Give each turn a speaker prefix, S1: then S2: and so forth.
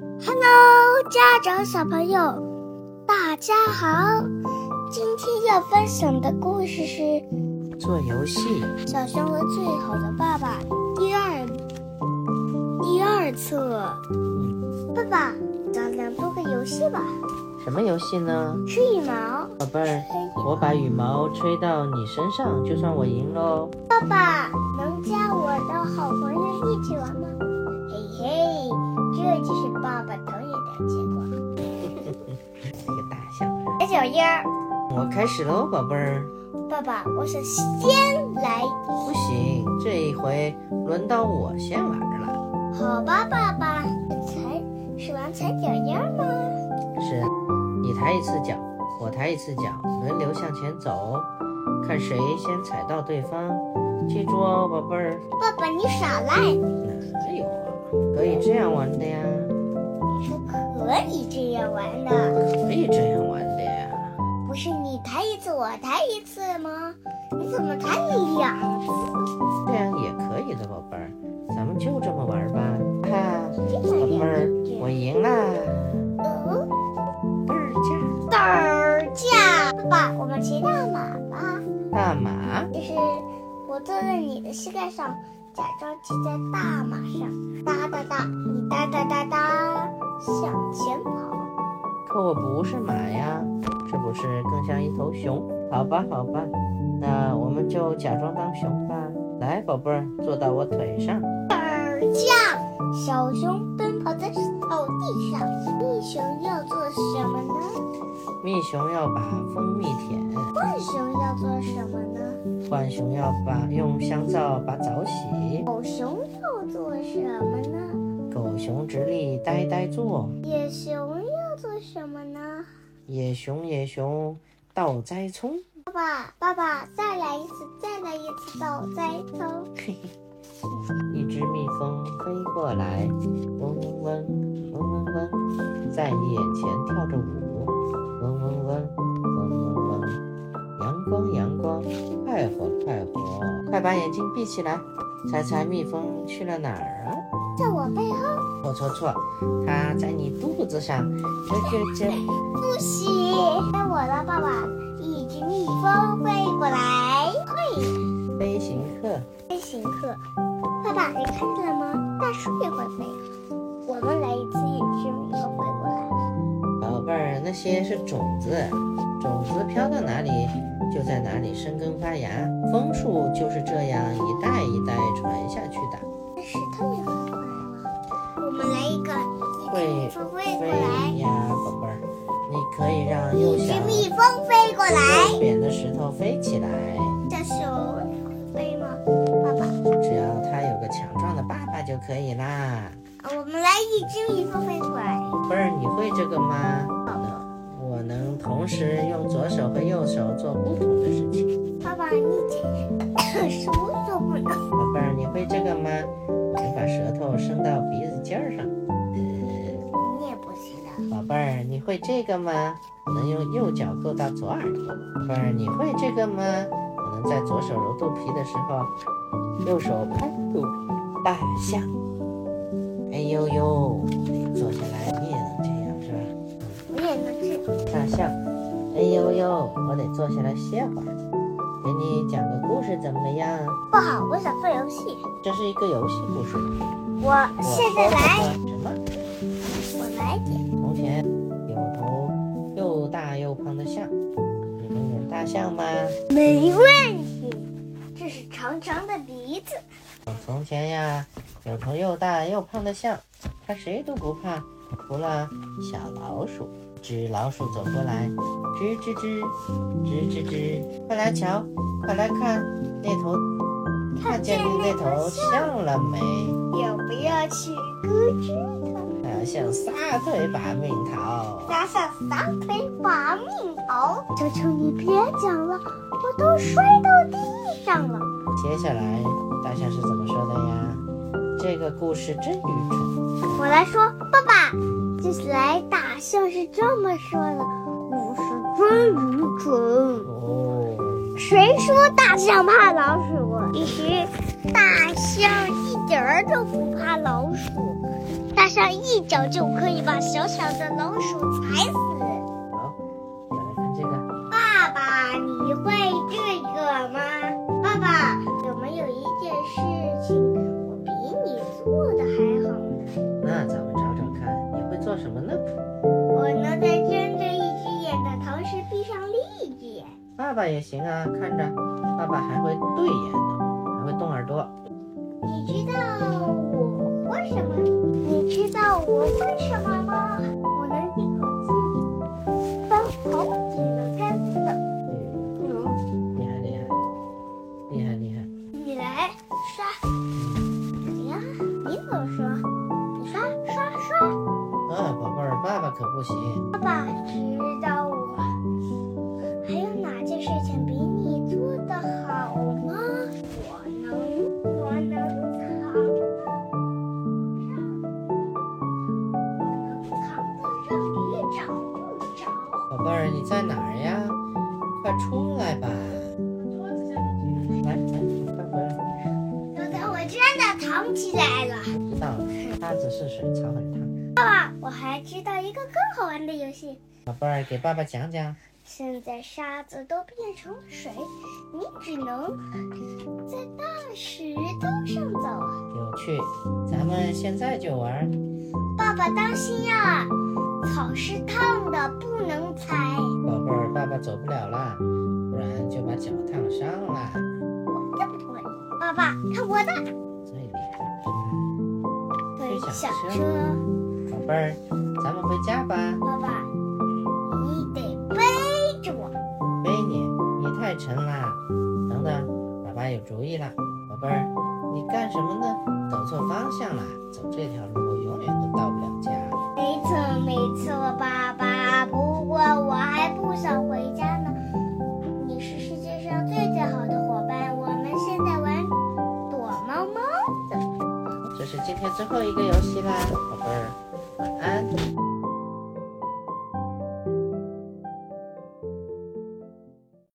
S1: Hello，家长小朋友，大家好。今天要分享的故事是《
S2: 做游戏，
S1: 小熊维最好的爸爸》第二第二册。爸爸，咱俩做个游戏吧，
S2: 什么游戏呢？
S1: 吹羽毛。
S2: 宝贝儿，我把羽毛吹到你身上，就算我赢喽。
S1: 爸爸，能加我的好朋友一起玩吗？嘿嘿，这就是爸爸疼你的结果。哎
S2: 这个大象人，
S1: 小脚丫儿，
S2: 我开始喽，宝贝儿。
S1: 爸爸，我想先来。
S2: 不行，这一回轮到我先玩了。
S1: 好吧，爸爸，踩是玩踩脚丫儿吗？
S2: 是，你抬一次脚，我抬一次脚，轮流向前走，看谁先踩到对方。记住哦，宝贝儿。
S1: 爸爸，你少来！
S2: 哪有啊？可以这样玩的呀，
S1: 你说可以这样玩的，
S2: 可以这样玩的呀。
S1: 不是你抬一次我抬一次吗？你怎么抬两次？
S2: 这样也可以的，宝贝儿，咱们就这么玩儿吧。哈、哈，
S1: 这
S2: 哎宝
S1: 样
S2: 贝儿，我
S1: 也
S2: 赢啦！
S1: 嗯，
S2: 倍儿加
S1: 打儿架。爸爸，我们骑大马吧，
S2: 大马，
S1: 就是我坐在你的膝盖上，假装骑在大马上，哒哒哒，你哒哒哒哒向前跑。
S2: 可我不是马呀，是不是更像一头熊？好吧，好吧，那我们就假装当熊吧。来，宝贝儿，坐到我腿上。
S1: 打架，小熊奔跑在草地上，蜜熊要做什么呢？
S2: 蜜熊要把蜂蜜舔，
S1: 浣熊要做什么呢？
S2: 浣熊要把用香皂把澡洗，
S1: 狗熊要做什么呢？
S2: 狗熊直立呆呆坐，
S1: 野熊要做什么呢？
S2: 野熊野熊倒栽葱。
S1: 爸爸，爸爸，再来一次，再来一次，倒栽葱。
S2: 一只蜜蜂飞过来，嗡嗡嗡，嗡嗡嗡，在眼前跳着舞，嗡嗡嗡，嗡嗡嗡。阳光，阳光，快活，快活，快把眼睛闭起来，猜猜蜜蜂去了哪儿啊？
S1: 在我背后，
S2: 错错错，它在你肚子上，啾啾啾。
S1: 不行，该我了，爸爸。一只蜜蜂飞过来，嘿，
S2: 飞行课，
S1: 飞行课。爸爸，你看见了吗？大树也会飞。我们来一次一只蜜蜂飞过来。
S2: 宝贝儿，那些是种子，种子飘到哪里，就在哪里生根发芽。枫树就是这样一代一代传下去的。
S1: 但是他们也很快乐。我们来一个一
S2: 会
S1: 只蜜蜂飞过
S2: 飞
S1: 来，
S2: 呀，宝贝儿，你可以让
S1: 一
S2: 右
S1: 只
S2: 小
S1: 蜜蜂飞过来。
S2: 右边的石头飞起来，
S1: 小熊会飞吗？爸爸，
S2: 只要它有个强壮的爸爸就可以啦。
S1: 啊我们来一只蜜蜂飞过来。
S2: 宝贝儿，你会这个吗？好的，我能同时用左手和右手做不同的事情。
S1: 爸爸，你这 什么都不能。
S2: 宝贝儿，你会这个吗？你把舌头伸到鼻子尖儿上。呃，
S1: 你也不行的。
S2: 宝贝儿，你会这个吗？我能用右脚够到左耳朵。宝贝儿，你会这个吗？我能在左手揉肚皮的时候，右手拍肚皮。大象，哎呦呦，坐下来你也能这样是吧？
S1: 我也能吃。
S2: 大象，哎呦呦，我得坐下来歇会儿。给你讲个故事怎么样？
S1: 不好，我想做游戏。
S2: 这是一个游戏故事。
S1: 我
S2: 我
S1: 现在来，
S2: 说什么？
S1: 我来点。
S2: 从前有头又大又胖的象，你们有大象吗？
S1: 没问题。这是长长的鼻子。
S2: 从前呀，有头又大又胖的象，它谁都不怕，除了小老鼠。只老鼠走过来，吱吱吱，吱吱吱，快来瞧，快来看，那头看见那头象了没？
S1: 要不要去咯吱它？
S2: 大象撒腿把命逃。
S1: 加上撒腿把命熬。求求你别讲了，我都摔到地上了。
S2: 接下来大象是怎么说的呀？这个故事真愚蠢。
S1: 我来说，爸爸，接下来大象是这么说的：我是真愚蠢。
S2: 哦，
S1: 谁说大象怕老鼠？其实大象一点儿都不怕老鼠。大上一脚就可以把小小的老鼠踩死。
S2: 好，再来看这个，
S1: 爸爸，你会这个吗？爸爸，有没有一件事情我比你做的还好呢？
S2: 那咱们找找看，你会做什么呢？
S1: 我能在睁着一只眼的同时闭上另一只眼。
S2: 爸爸也行啊，看着，爸爸还会对眼呢，还会动耳朵。
S1: 你知道我会什么？你知道我会什么吗？我能一口气翻好几个杆子。
S2: 嗯，
S1: 嗯，
S2: 厉害厉害，厉害厉害。
S1: 你来刷。哎呀，你怎么刷？你刷刷刷。
S2: 啊，宝贝儿，爸爸可不行。
S1: 爸爸知道我还有哪件事情比你做的好吗？我能，我能藏，让，我能藏得让你找不着。
S2: 宝贝儿，你在哪儿呀？快出来吧！嗯来来，快回来。
S1: 哥哥，我真的藏起来了。
S2: 知道了，沙子是水，草很烫。
S1: 爸，我还知道一个更好玩的游戏。
S2: 宝贝儿，给爸爸讲讲。
S1: 现在沙子都变成了水，你只能在大石头上走。
S2: 有趣，咱们现在就玩。
S1: 爸爸，当心呀、草是烫的，不能踩。
S2: 宝贝儿，爸爸走不了啦，不然就把脚烫伤啦。
S1: 我的腿，爸爸，看我的
S2: 最厉害。
S1: 对
S2: 小
S1: 小
S2: 车
S1: 车。
S2: 宝贝儿，咱们回家吧。
S1: 爸爸，你得背着我。
S2: 背你，你太沉啦。等等，爸爸有主意啦。宝贝儿，你干什么呢？走错方向啦，走这条路我永远都到不了家。
S1: 没错没错，爸爸。不过我还不想回家呢。你是世界上最最好的伙伴。我们现在玩躲猫猫。
S2: 这是今天最后一个游戏啦，宝贝儿，晚安。